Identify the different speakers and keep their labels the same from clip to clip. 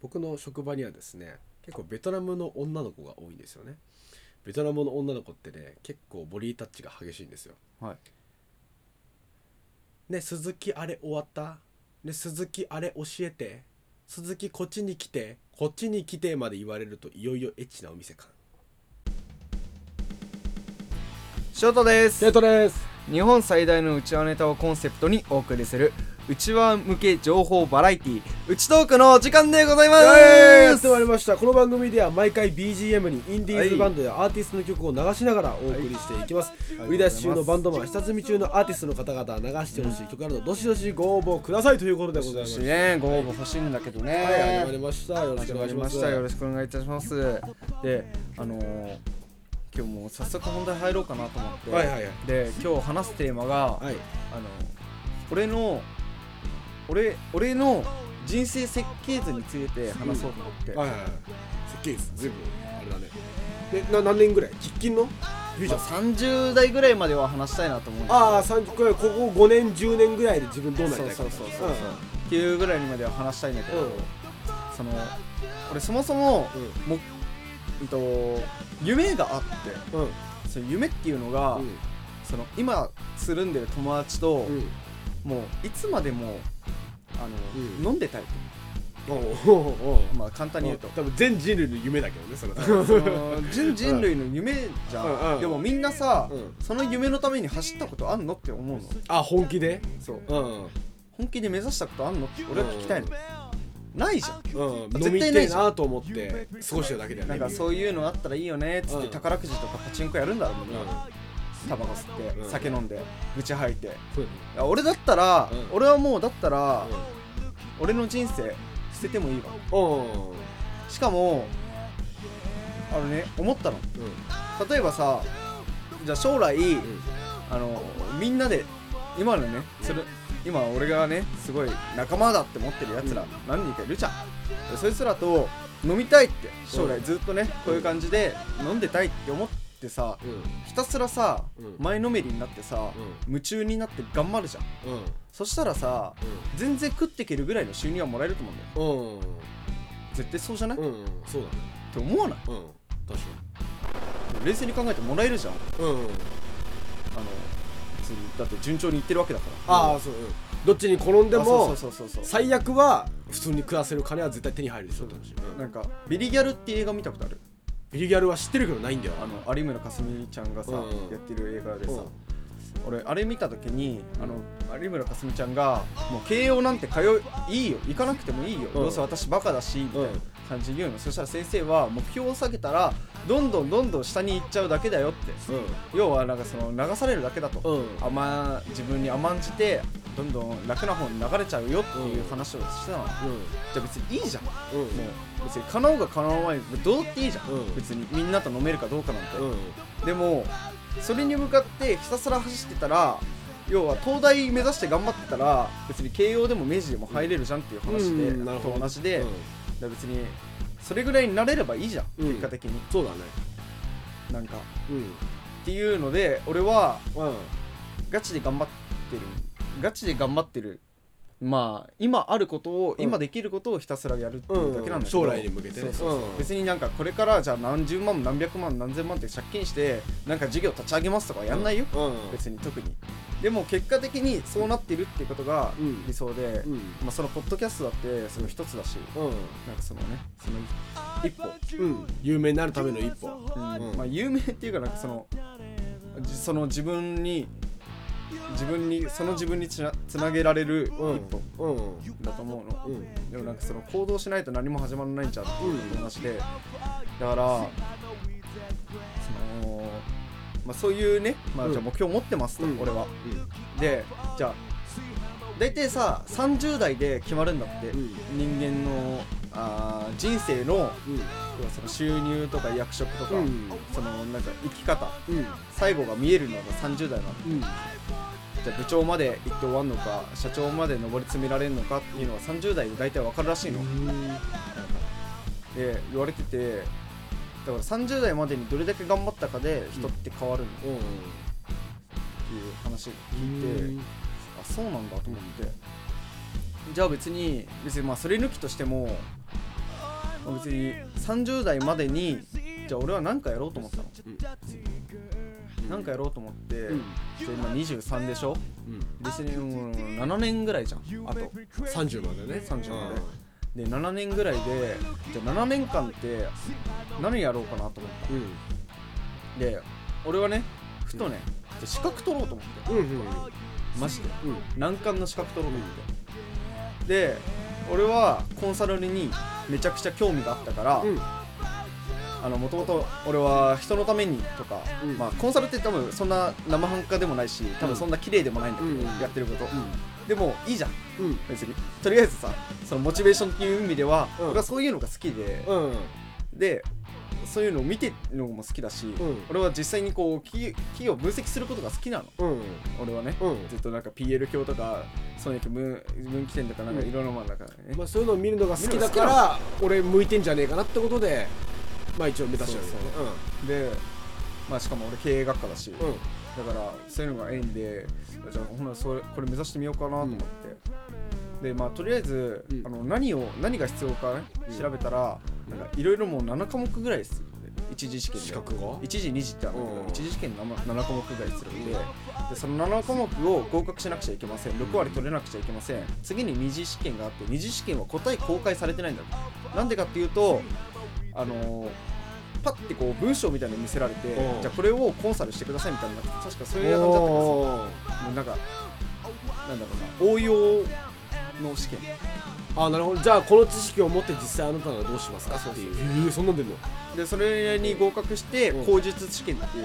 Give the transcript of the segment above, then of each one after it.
Speaker 1: 僕の職場にはですね結構ベトナムの女の子が多いんですよねベトナムの女の子ってね結構ボディタッチが激しいんですよ
Speaker 2: はい
Speaker 1: ね鈴木あれ終わったね鈴木あれ教えて鈴木こっちに来てこっちに来てまで言われるといよいよエッチなお店感
Speaker 2: ショートです
Speaker 1: トです
Speaker 2: 日本最大のうちわネタをコンセプトにお送りするうちわ向け情報バラエティうちトークのお時間でございます
Speaker 1: やってまいりましたこの番組では毎回 BGM にインディーズバンドやアーティストの曲を流しながらお送りしていきます、
Speaker 2: はい
Speaker 1: 売り出し中のバンドマン下積み中のアーティストの方々流してほしい曲などどしどしご応募くださいということでございますはい
Speaker 2: ねご応募欲しいんだけどね、
Speaker 1: 始まりましたよろし
Speaker 2: 始
Speaker 1: くお
Speaker 2: ま
Speaker 1: 願いし
Speaker 2: りま
Speaker 1: ま
Speaker 2: し
Speaker 1: す
Speaker 2: たよろしくお願いいたしますであのー今日もう早速本題入ろうかなと思って、
Speaker 1: はいはいはい
Speaker 2: で今日話すテーマが、
Speaker 1: はい
Speaker 2: あの俺の俺俺の人生設計図について話そうと思って、
Speaker 1: はいはいはい設計図全部あれだねでな何年ぐらい喫緊のフュージ
Speaker 2: ま
Speaker 1: ョ
Speaker 2: あ
Speaker 1: ン
Speaker 2: 30代ぐらいまでは話したいなと思うんだけど
Speaker 1: ああ30これここ5年10年ぐらいで自分どうなり
Speaker 2: そう
Speaker 1: たいか
Speaker 2: そうそうそう、
Speaker 1: う
Speaker 2: っていうぐらいにまでは話したいんだけど、
Speaker 1: うん
Speaker 2: その俺そもそも、もうんと夢があって
Speaker 1: んうん
Speaker 2: その夢っていうのが、その今つるんでる友達と、
Speaker 1: うんうん
Speaker 2: もういつまでもあの、
Speaker 1: うん
Speaker 2: 飲んでたい
Speaker 1: おうおうおう
Speaker 2: まあ簡単に言うと、
Speaker 1: 多分全人類の夢だけどねそれ多分
Speaker 2: その人人類の夢じゃん、
Speaker 1: うんうん
Speaker 2: でもみんなさ、
Speaker 1: うん
Speaker 2: その夢のために走ったことあんのって思うの
Speaker 1: あ本気で
Speaker 2: そう
Speaker 1: うん
Speaker 2: 本気で目指したことあんのって俺は聞きたいの、ないじゃん
Speaker 1: うん、
Speaker 2: 絶対
Speaker 1: 飲み
Speaker 2: な
Speaker 1: てえ
Speaker 2: いじゃん
Speaker 1: なと思って過ごしてるだけだよね
Speaker 2: なんかそういうのあったらいいよねっつって
Speaker 1: うん
Speaker 2: 宝くじとかパチンコやるんだろう
Speaker 1: う
Speaker 2: ね、タバコ吸って、
Speaker 1: うん
Speaker 2: 酒飲んで愚痴吐いてい
Speaker 1: ん
Speaker 2: や俺だったら、
Speaker 1: うん
Speaker 2: 俺はもうだったら、俺の人生捨ててもいいわ
Speaker 1: うん
Speaker 2: しかもあのね思ったの
Speaker 1: うん
Speaker 2: 例えばさじゃあ将来、
Speaker 1: うん
Speaker 2: あのみんなで今のねそれ今俺がねすごい仲間だって思ってるやつ
Speaker 1: う
Speaker 2: ら、
Speaker 1: ん
Speaker 2: 何人かいるじゃんでそいつらと飲みたいって将来
Speaker 1: うん
Speaker 2: ずっとね、こういう感じで飲んでたいって思ってさひたすらさ、
Speaker 1: うん
Speaker 2: 前のめりになってさ、
Speaker 1: う
Speaker 2: 夢中になって頑張るじゃん
Speaker 1: うん
Speaker 2: そしたらさ全然食っていけるぐらいの収入はもらえると思うんだよ
Speaker 1: うん
Speaker 2: 絶対そうじゃない、
Speaker 1: う
Speaker 2: っ
Speaker 1: んうんそうだね
Speaker 2: て思わない
Speaker 1: うん確か
Speaker 2: 冷静に考えてもらえるじゃんあ
Speaker 1: にうん
Speaker 2: の普通にだって順調にいってるわけだから
Speaker 1: ああそううんどっちに転んで
Speaker 2: で
Speaker 1: も
Speaker 2: もそうそうそうそうそう
Speaker 1: 最悪は普通に暮らせる金は絶対手に入るでしょって話う
Speaker 2: なんんかビリギャルって映画見たことある
Speaker 1: ビリギャルは知ってるけどないんだよ
Speaker 2: あの有村架純ちゃんがさ、
Speaker 1: うん
Speaker 2: やってる映画でさ、
Speaker 1: うん
Speaker 2: 俺あれ見た時にあの有村架純ちゃんが「もう慶応なんて通いいいよ行かなくてもいいよ、
Speaker 1: うん
Speaker 2: どうせ私バカだし」みたいな感じで言うの、そしたら先生は目標を下げたらどんどんどんどん下に行っちゃうだけだよって要はなんかその流されるだけだと、
Speaker 1: うんうん
Speaker 2: 甘自分に甘んじてどんどん楽な方に流れちゃうよっていう話をしてたの、じゃあ別にいいじゃん
Speaker 1: うんうん
Speaker 2: もう別に叶うが叶わないがどうだっていいじゃん、
Speaker 1: うん
Speaker 2: 別にみんなと飲めるかどうかなんて、
Speaker 1: うん
Speaker 2: でもそれに向かってひたすら走ってたら要は東大目指して頑張ってたら別に慶応でも明治でも入れるじゃんっていう話で、
Speaker 1: うんなるほど
Speaker 2: と同じ
Speaker 1: う
Speaker 2: で、だか
Speaker 1: ん
Speaker 2: ら別にそれぐらいになれればいいじゃん、
Speaker 1: うん
Speaker 2: 結果的に
Speaker 1: そうだね
Speaker 2: なんか
Speaker 1: うん
Speaker 2: っていうので俺は
Speaker 1: うん
Speaker 2: ガチで頑張ってるガチで頑張ってるまあ今あることを、
Speaker 1: うん
Speaker 2: 今できることをひたすらやるっていうだけなんだけど、
Speaker 1: うん将来に向けてね
Speaker 2: そうそうそう
Speaker 1: うん
Speaker 2: 別になんかこれからじゃあ何十万何百万何千万って借金してなんか授業立ち上げますとかやんないよ、
Speaker 1: うん
Speaker 2: 別に特にでも結果的にそうなってるっていうことが
Speaker 1: うん
Speaker 2: 理想で、
Speaker 1: うん
Speaker 2: まあ、そのポッドキャストだってその一つだし
Speaker 1: う
Speaker 2: なんかそのねその一歩、
Speaker 1: んうん有名になるための一歩うん
Speaker 2: まあ、有名っていうかなんかそのじその自分に自分にその自分につなつなげられる一
Speaker 1: うん
Speaker 2: 歩
Speaker 1: うん
Speaker 2: だと思うの、
Speaker 1: うん
Speaker 2: でもなんかその行動しないと何も始まらないんじゃんっていう話で、だからその、まあ、そういうね、まあ、じゃあ
Speaker 1: うん
Speaker 2: 目標持ってますと、
Speaker 1: うん
Speaker 2: 俺は。でじゃあ大体さ30代で決まるんだって、
Speaker 1: うん
Speaker 2: 人間のあー人生の
Speaker 1: うん
Speaker 2: その収入とか役職とか、
Speaker 1: うん
Speaker 2: そのなんか生き方
Speaker 1: うん
Speaker 2: 最後が見えるのが30代なの
Speaker 1: うん
Speaker 2: じゃあ部長まで行って終わんのか社長まで上り詰められるのかっていうのは30代で大体分かるらしいの、で言われててだから30代までにどれだけ頑張ったかで人って変わるのっていう話聞いて。あそうなんだと思って、じゃあ別に別にまあそれ抜きとしてもまあ別に30代までにじゃあ俺は何かやろうと思ったの、
Speaker 1: うん
Speaker 2: 何かやろうと思って、
Speaker 1: うん
Speaker 2: じゃあ今23でしょ
Speaker 1: うん
Speaker 2: 別にもう7年ぐらいじゃんあと
Speaker 1: 30までね
Speaker 2: 30までで7年ぐらいでじゃあ7年間って何やろうかなと思っ
Speaker 1: うん
Speaker 2: たで俺はねふとね、じゃあ資格取ろうと思って
Speaker 1: うんうんうん
Speaker 2: マジで
Speaker 1: うん
Speaker 2: 難関の資格取ろうと思ってで俺はコンサルにめちゃくちゃ興味があったから、
Speaker 1: うん
Speaker 2: あのもともと俺は人のためにとか、
Speaker 1: うん
Speaker 2: まあ、コンサルって多分そんな生半可でもないし多分そんな綺麗でもないんだけど、
Speaker 1: うん
Speaker 2: やってること、でもいいじゃん
Speaker 1: うん
Speaker 2: 別にとりあえずさそのモチベーションっていう意味では、
Speaker 1: うん
Speaker 2: 僕はそういうのが好きで、
Speaker 1: うんうん
Speaker 2: でそういうのを見てるのも好きだし、
Speaker 1: ん
Speaker 2: 俺は実際にこう企企業を分析することが好きなの
Speaker 1: うん
Speaker 2: 俺はね、
Speaker 1: うん
Speaker 2: ずっとなんか PL 教とかソニック分分岐点とかなんか
Speaker 1: うん
Speaker 2: いろいろなものだからね、
Speaker 1: まあ、そういうのを見るのが好きだから俺向いてんじゃねえかなってことでまあ一応目指してるわけだね
Speaker 2: で、まあ、しかも俺経営学科だし、
Speaker 1: うんうん
Speaker 2: だからそういうのが縁でじゃあほなそれこれ目指してみようかなと思って、でまあとりあえず、
Speaker 1: うん
Speaker 2: あの何を何が必要か、ね
Speaker 1: うん
Speaker 2: 調べたら、なんかいろいろもう7科目ぐらいです一次試験で
Speaker 1: 資格が
Speaker 2: 一次二次ってあるんだけ
Speaker 1: うん
Speaker 2: ど一次試験がま7科目ぐらいするんででその7科目を合格しなくちゃいけません6割取れなくちゃいけません次に二次試験があって二次試験は答え公開されてないんだよなんでかっていうとあのーパッてこう文章みたいなの見せられて、
Speaker 1: うん
Speaker 2: じゃあこれをコンサルしてくださいみたいな確かそううんいう感じだったからさ
Speaker 1: おー
Speaker 2: もうなんかなんだろうな応用の試験
Speaker 1: あなるほどじゃあこの知識を持って実際あなたならどうしますかっていうえーそんなんでんの
Speaker 2: でそれに合格して
Speaker 1: うん
Speaker 2: 口述試験っていう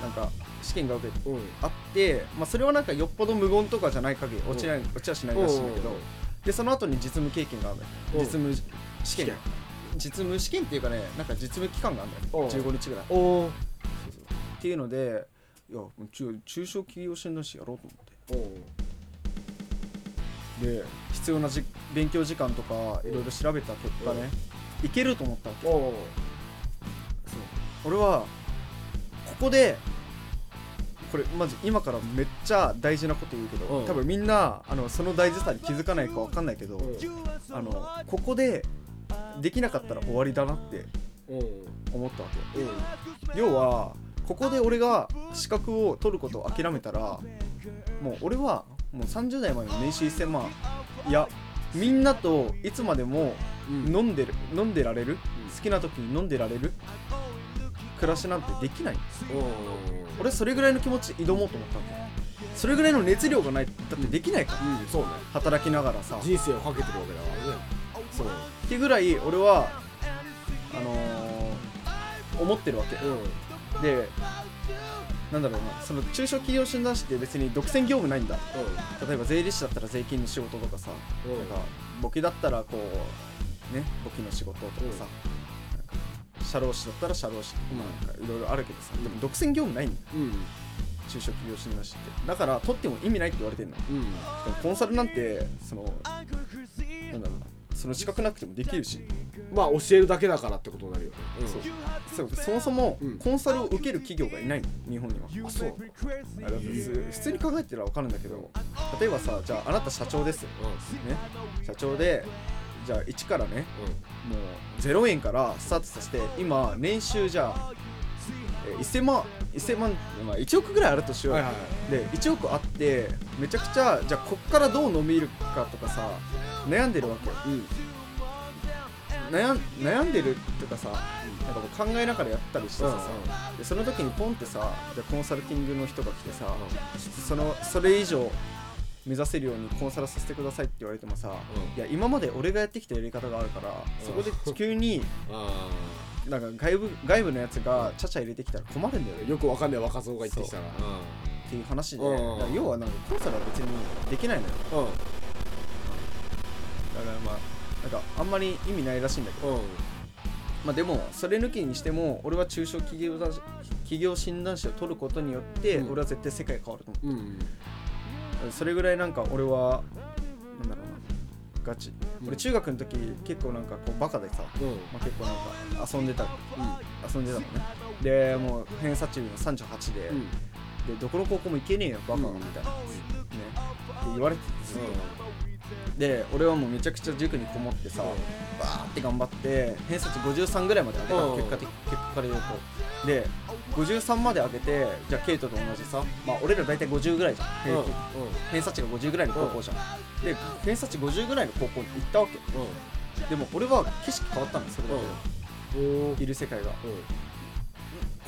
Speaker 2: なんか試験が受け
Speaker 1: うん
Speaker 2: あって、まあ、それはなんかよっぽど無言とかじゃない限り落ちない、落ちはしないらしいんだけど、
Speaker 1: うん
Speaker 2: でその後に実務経験があるのよ
Speaker 1: うん
Speaker 2: 実務試験実務試験っていうかねなんか実務期間があるの
Speaker 1: うん
Speaker 2: よ15日ぐらい
Speaker 1: おお
Speaker 2: っていうのでいやもう中中小企業診断士やろうと思って
Speaker 1: お
Speaker 2: で必要なじ勉強時間とかいろいろ調べた結果ね、いけると思ったわけ
Speaker 1: おお
Speaker 2: そう俺はここでこれマジ今からめっちゃ大事なこと言うけど、
Speaker 1: うん
Speaker 2: 多分みんなあのその大事さに気づかないかわかんないけど、あのここでできなかったら終わりだなって
Speaker 1: おお
Speaker 2: 思ったわけ要はここで俺が資格を取ることを諦めたらもう俺はもう30代までの年収1000万いやみんなといつまでも飲んでる飲んでられる好きな時に飲んでられる暮らしなんてできない
Speaker 1: おお
Speaker 2: 俺それぐらいの気持ちで挑もうと思ったんだよそれぐらいの熱量がないだってできないから、
Speaker 1: うんそうね
Speaker 2: 働きながらさ
Speaker 1: 人生をかけてるわけだからね
Speaker 2: そうってぐらい俺はあのー思ってるわけ
Speaker 1: う
Speaker 2: でなんだろうなその中小企業診断士って別に独占業務ないんだ
Speaker 1: んうん
Speaker 2: 例えば税理士だったら税金の仕事とかさ、
Speaker 1: うん
Speaker 2: なんか簿記だったらこうね簿記の仕事とかさ、なんか社労士だったら社労士とかまあなんかいろいろあるけどさ、でも独占業務ないんだよ
Speaker 1: うん
Speaker 2: 中小企業診断士ってだから取っても意味ないって言われてんの
Speaker 1: うん
Speaker 2: でもコンサルなんてそのなんだろうなその資格なくてもできるし、
Speaker 1: まあ教えるだけだからってことになるよね
Speaker 2: そうそうそもそも
Speaker 1: うん
Speaker 2: コンサルを受ける企業がいないの日本には
Speaker 1: あそううん
Speaker 2: あだって普通に考えてたら分かるんだけど例えばさじゃああなた社長ですよね社長でじゃあ1からねもう0円からスタートさせて今年収じゃあえー1000万1000万、まあ、1億ぐらいあるとし
Speaker 1: うん
Speaker 2: よう
Speaker 1: は
Speaker 2: よ、
Speaker 1: いはいはい
Speaker 2: で1億あってめちゃくちゃじゃあこっからどう伸びるかとかさ悩んでるわけよ
Speaker 1: うん
Speaker 2: 悩ん悩んでるとかさなんかもう考えながらやったりしてさ、
Speaker 1: う
Speaker 2: でその時にポンってさじゃあコンサルティングの人が来てさ、そのそれ以上目指せるようにコンサルさせてくださいって言われてもさ、
Speaker 1: うん
Speaker 2: いや今まで俺がやってきたやり方があるから、そこで急に
Speaker 1: あ
Speaker 2: なんか外部外部のやつがちゃちゃ入れてきたら困るんだよ
Speaker 1: あ
Speaker 2: ね
Speaker 1: よくわかんない若造が言ってきたら
Speaker 2: っていう話で、
Speaker 1: うん
Speaker 2: だから要はなんかコンサルは別にできないのよ
Speaker 1: うんうん
Speaker 2: だからまあなんかあんまり意味ないらしいんだけど、
Speaker 1: うん
Speaker 2: まあ、でもそれ抜きにしても俺は中小企業だ企業診断士を取ることによって
Speaker 1: うん
Speaker 2: 俺は絶対世界変わると思
Speaker 1: うん
Speaker 2: う、それぐらいなんか俺はなんだろうなガチ、
Speaker 1: うん
Speaker 2: 俺中学の時結構なんかこうバカでさ、
Speaker 1: うん
Speaker 2: まあ、結構なんか遊んでた遊んでたのねでもう偏差値の38で、
Speaker 1: うん
Speaker 2: でどこの高校も行けねえよバカがみたいな、ねって言われててずっと、で俺はもうめちゃくちゃ塾にこもってさバーって頑張って偏差値53ぐらいまで上げたの、
Speaker 1: うん
Speaker 2: 結果的結果から言うとで53まで上げてじゃあケイトと同じさまあ俺ら大体50ぐらいじゃん
Speaker 1: うんうん
Speaker 2: 平均偏差値が50ぐらいの高校じゃん、で偏差値50ぐらいの高校に行ったわけでも俺は景色変わったんですよ、
Speaker 1: うんうんおー
Speaker 2: いる世界が
Speaker 1: う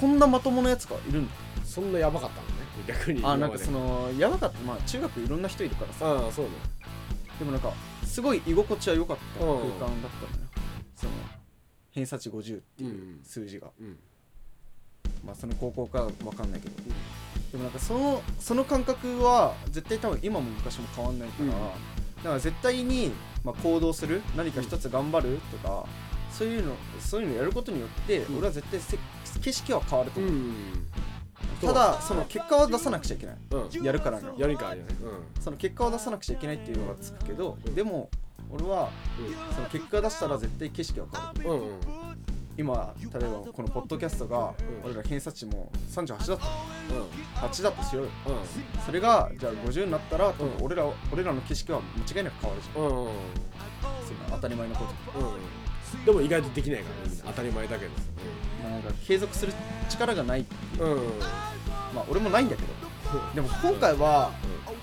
Speaker 2: こんなまともなやつがいるんだ
Speaker 1: んそんなやばかったのね逆に
Speaker 2: あなんかそ
Speaker 1: の
Speaker 2: のやばかったまあ中学いろんな人いるからさ
Speaker 1: ああそうね
Speaker 2: でもなんかすごい居心地は良かった空
Speaker 1: うん
Speaker 2: 間だったのよその偏差値50っていう数字が、
Speaker 1: うん
Speaker 2: まあその高校かわかんないけどでもなんかそのその感覚は絶対多分今も昔も変わんないから、
Speaker 1: うん
Speaker 2: だから絶対に、まあ、行動する何か一つ頑張るとか、そういうのそういうのやることによって、
Speaker 1: ん
Speaker 2: 俺は絶対せ景色は変わると
Speaker 1: う
Speaker 2: 思う、
Speaker 1: ん
Speaker 2: ただその結果は出さなくちゃいけない
Speaker 1: うん
Speaker 2: やるからには
Speaker 1: やりかあるよね
Speaker 2: その結果を出さなくちゃいけないっていうのがつくけど
Speaker 1: うん
Speaker 2: でも俺はその結果出したら絶対景色が変わ
Speaker 1: うん
Speaker 2: る
Speaker 1: うんうん
Speaker 2: 今例えばこのポッドキャストが
Speaker 1: うん
Speaker 2: 俺ら偏差値も38だった
Speaker 1: うん
Speaker 2: 8だとしよう
Speaker 1: う
Speaker 2: よそれがじゃあ50になったら多分俺ら俺らの景色は間違いなく変わるじ
Speaker 1: んうんうん
Speaker 2: ゃんそんな当たり前のこと
Speaker 1: でも意外とできないからねみんな当たり前だけど
Speaker 2: まあなんか継続する力がない
Speaker 1: うんうん
Speaker 2: まあ俺もないんだけどでも今回は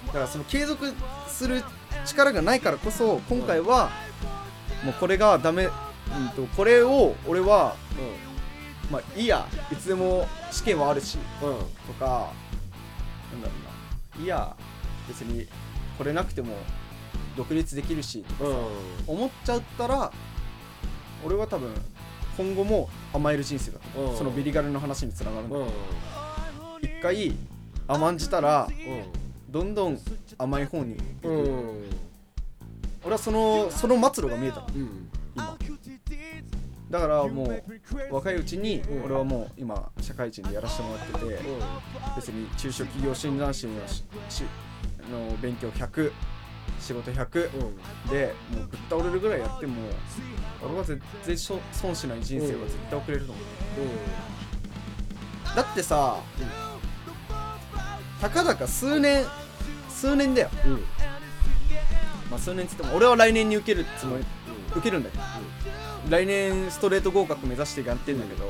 Speaker 2: だからその継続する力がないからこそ今回はもうこれがダメ、うん、とこれを俺はまあいいやいつでも試験はあるし
Speaker 1: うんうん
Speaker 2: とかなんだろうないや別にこれなくても独立できるしとか
Speaker 1: うん
Speaker 2: 思っちゃったら俺は多分今後も甘える人生だと思う
Speaker 1: うん
Speaker 2: そのビリガルの話につながるんだ
Speaker 1: うんうん
Speaker 2: 一回甘んじたら
Speaker 1: う
Speaker 2: どんどん甘い方に行く、
Speaker 1: んうん
Speaker 2: 俺はそのその末路が見えたの
Speaker 1: うん
Speaker 2: 今だからもう若いうちに
Speaker 1: うん
Speaker 2: 俺はもう今社会人でやらせてもらってて別に中小企業診断士のししの勉強100仕事100
Speaker 1: うん
Speaker 2: でもうぶっ倒れるぐらいやっても俺は全然しょ損しない人生は絶対送れると思う、だってさ、
Speaker 1: うん
Speaker 2: たかだか数年数年だよ
Speaker 1: うんうん
Speaker 2: まあ数年っつっても俺は来年に受けるつもり受けるんだよ来年ストレート合格目指してやってんだけど、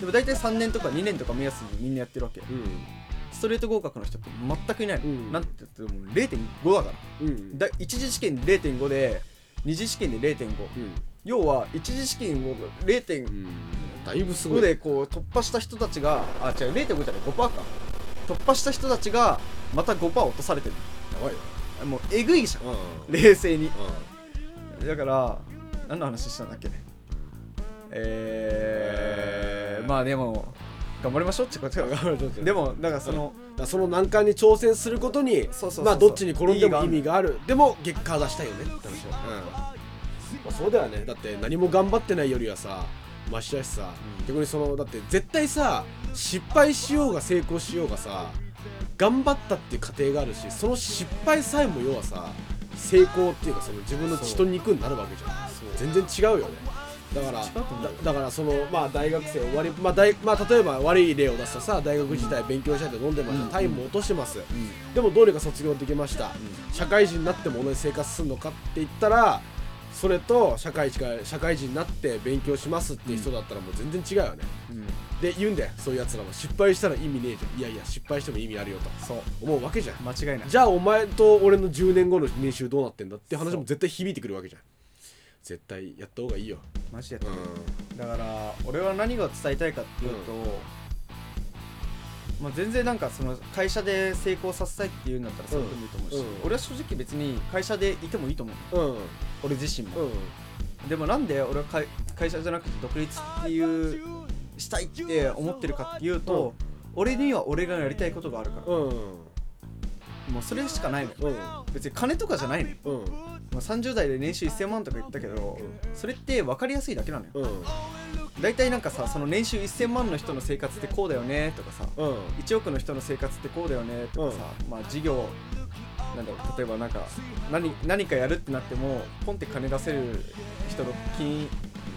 Speaker 2: でも大体3年とか2年とか目安にみんなやってるわけ
Speaker 1: うん
Speaker 2: ストレート合格の人って全くいないの、
Speaker 1: うん
Speaker 2: なんて言っても0.5だから
Speaker 1: うんうん
Speaker 2: だ一次試験0.5で二次試験で0.5要は一次試験を
Speaker 1: う
Speaker 2: 0.5
Speaker 1: んだいぶすごい
Speaker 2: でこう突破した人たちがあ違う0.5じゃない5%か突破した人たちがまた5%落とされてる
Speaker 1: やばいよ
Speaker 2: もうえぐいじゃん
Speaker 1: うん
Speaker 2: 冷静に
Speaker 1: うん
Speaker 2: だから何の話したんだっけえー、まあでも頑張りましょうってことよでもなんかその、
Speaker 1: だからその難関に挑戦することに
Speaker 2: そうそうそう
Speaker 1: まあどっちに転んで
Speaker 2: 意義があ
Speaker 1: も
Speaker 2: る
Speaker 1: 意味があるでも結果出したいよねって話はうんまあ、そうだよねだって何も頑張ってないよりはさマシだしさ、
Speaker 2: うん
Speaker 1: 逆にそのだって絶対さ失敗しようが成功しようがさ頑張ったっていう過程があるしその失敗さえも要はさ成功っていうかその自分の血と肉になるわけじゃん全然違うよねだから
Speaker 2: 違うと思うよ
Speaker 1: だだからそのまあ大学生終わり、まあ、大まあ例えば悪い例を出すとさ大学時代勉強したいと飲んでました、
Speaker 2: うん
Speaker 1: タイムも落としてます、
Speaker 2: うん
Speaker 1: でもどうにか卒業できました、
Speaker 2: う
Speaker 1: 社会人になっても同じ生活するのかって言ったらそれと社会人が社会人になって勉強しますっていう人だったらもう全然違うよね
Speaker 2: うん、
Speaker 1: で言うんだよそういうやつらも失敗したら意味ねえじゃんいやいや失敗しても意味あるよと
Speaker 2: そう
Speaker 1: 思うわけじゃん
Speaker 2: 間違いない
Speaker 1: じゃあお前と俺の10年後の年収どうなってんだって話も絶対響いてくるわけじゃん絶対やった方がいいよ
Speaker 2: マジでやって
Speaker 1: う
Speaker 2: る
Speaker 1: ん
Speaker 2: だから俺は何が伝えたいかっていうと、まあ、全然なんかその会社で成功させたいっていうんだったらそういうこともいいと思うし、
Speaker 1: うん
Speaker 2: 俺は正直別に会社でいてもいいと思う
Speaker 1: うんうん
Speaker 2: 俺自身も、でもなんで俺は会会社じゃなくて独立っていうしたいって思ってるかっていうと、俺には俺がやりたいことがあるから、
Speaker 1: うん
Speaker 2: もうそれしかないのよ
Speaker 1: うん
Speaker 2: 別に金とかじゃないのよ、
Speaker 1: うん
Speaker 2: まあ、30代で年収1000万とか言ったけど、
Speaker 1: う
Speaker 2: それって分かりやすいだけなのよ、
Speaker 1: うん
Speaker 2: 大体なんかさその年収1000万の人の生活ってこうだよねとかさ
Speaker 1: うん
Speaker 2: 1億の人の生活ってこうだよねとかさ、まあ事業なんだろう例えばなんか何何かやるってなってもポンって金出せる人の金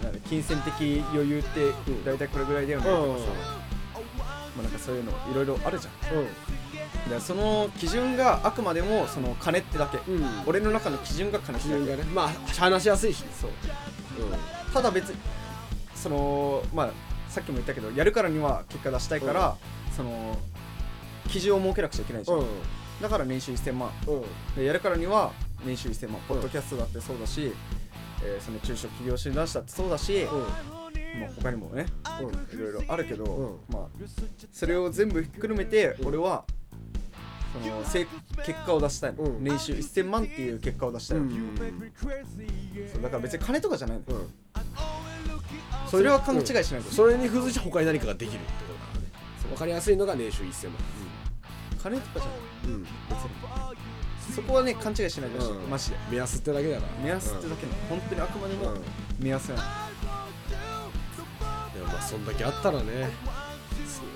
Speaker 2: なんだ金銭的余裕って
Speaker 1: ん
Speaker 2: 大体これぐらいだよねとかさ、まあ、なんかそういうのいろいろあるじゃん
Speaker 1: うん
Speaker 2: だからその基準があくまでもその金ってだけ
Speaker 1: うん
Speaker 2: 俺の中の基準が金って
Speaker 1: 基
Speaker 2: だ
Speaker 1: 準
Speaker 2: け
Speaker 1: がねまあ話しやすいし
Speaker 2: そう
Speaker 1: うん
Speaker 2: ただ別にそのまあさっきも言ったけどやるからには結果出したいから、その基準を設けなくちゃいけないじゃん、
Speaker 1: う
Speaker 2: だから年収1000万
Speaker 1: んうん
Speaker 2: でやるからには年収1000万ポッ
Speaker 1: う
Speaker 2: ド
Speaker 1: ん
Speaker 2: キャストだってそうだし、えーその中小企業診断士だってそうだし、
Speaker 1: うん
Speaker 2: まあ、他にもね、いろいろあるけど、
Speaker 1: う
Speaker 2: まあ、それを全部ひっくるめて
Speaker 1: うん
Speaker 2: 俺はそのせ結果を出したいの、
Speaker 1: うん
Speaker 2: 年収1000万っていう結果を出したいの、そうだから別に金とかじゃないの
Speaker 1: うん
Speaker 2: それは勘違いしないで、
Speaker 1: うんそれに付随して他に何かができるってことだからね分かりやすいのが年収1000万
Speaker 2: 金とかじゃない
Speaker 1: うん、うん、
Speaker 2: 別にそこはね勘違いしないでほしい、
Speaker 1: うん
Speaker 2: マジで
Speaker 1: 目安ってだけだから
Speaker 2: 目安ってだけの、本当にあくまで
Speaker 1: うん
Speaker 2: も
Speaker 1: うん
Speaker 2: 目安なの、
Speaker 1: でもまあそんだけあったらね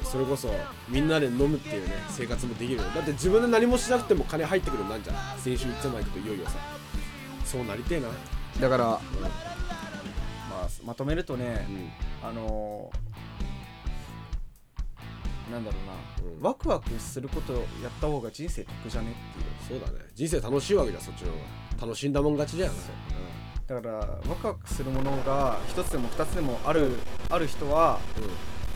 Speaker 1: そそれこそみんなで飲むっていうね生活もできるよだって自分で何もしなくても金入ってくるようになんじゃん先週言ってないけどいよいよさそうなりてえな
Speaker 2: だから、まあ、まとめるとね、
Speaker 1: ん
Speaker 2: あのーなんだろうな、
Speaker 1: うん
Speaker 2: ワクワクすることをやった方が人生得じゃねっていう
Speaker 1: そうだね人生楽しいわけじゃんそっちの方が楽しんだもん勝ちだよね
Speaker 2: だからワクワクするものが一つでも二つでもあるある人は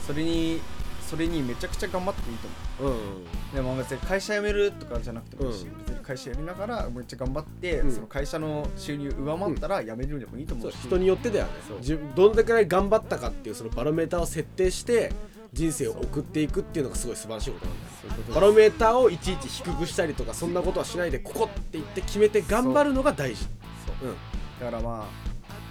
Speaker 2: それにそれにめちゃくちゃ頑張っていいと思
Speaker 1: うんうん
Speaker 2: うでも別に会社辞めるとかじゃなくてもいいし、
Speaker 1: うん
Speaker 2: 別に会社辞めながらめっちゃ頑張って、
Speaker 1: うん
Speaker 2: その会社の収入上回ったら辞めるでもいいと思
Speaker 1: そう
Speaker 2: うし、
Speaker 1: 人によってだよね
Speaker 2: そう
Speaker 1: 自分どんだけ頑張ったかっていうそのバロメーターを設定して人生を送っていくっていうのがすごい素晴らしいことなんだよ
Speaker 2: そういうこと
Speaker 1: バロメーターをいちいち低くしたりとかそんなことはしないでここって言って決めて頑張るのが大事
Speaker 2: そう
Speaker 1: うん
Speaker 2: だからま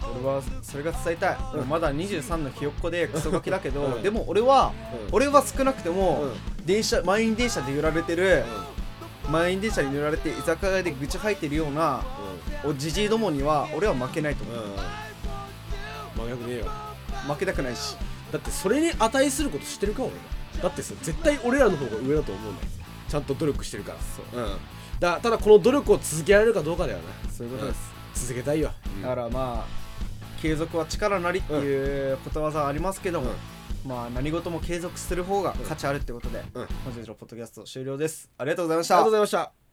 Speaker 2: あ俺はそれが伝えたい、
Speaker 1: うん
Speaker 2: まだ23のひよっこでク ソガキだけど、
Speaker 1: うん
Speaker 2: でも俺は、
Speaker 1: うん
Speaker 2: 俺は少なくても、
Speaker 1: うん
Speaker 2: 電車満員電車で揺られてる、満員電車に揺られて居酒屋で愚痴吐いてるようなおじじいどもには俺は負けないと思う、
Speaker 1: うん真逆ねえよ
Speaker 2: 負けたくないし
Speaker 1: だってそれに値すること知ってるか俺らだってさ絶対俺らの方が上だと思うんだよちゃんと努力してるから
Speaker 2: そう
Speaker 1: うんだただこの努力を続けられるかどうかだよね
Speaker 2: そういうことです、
Speaker 1: 続けたいよ
Speaker 2: だからまあ継続は力なりっていうことわざありますけども、まあ何事も継続する方が価値あるってことで、
Speaker 1: うん
Speaker 2: 本日のポッドキャスト終了ですありがとうございまし
Speaker 1: ありが
Speaker 2: た
Speaker 1: とうございました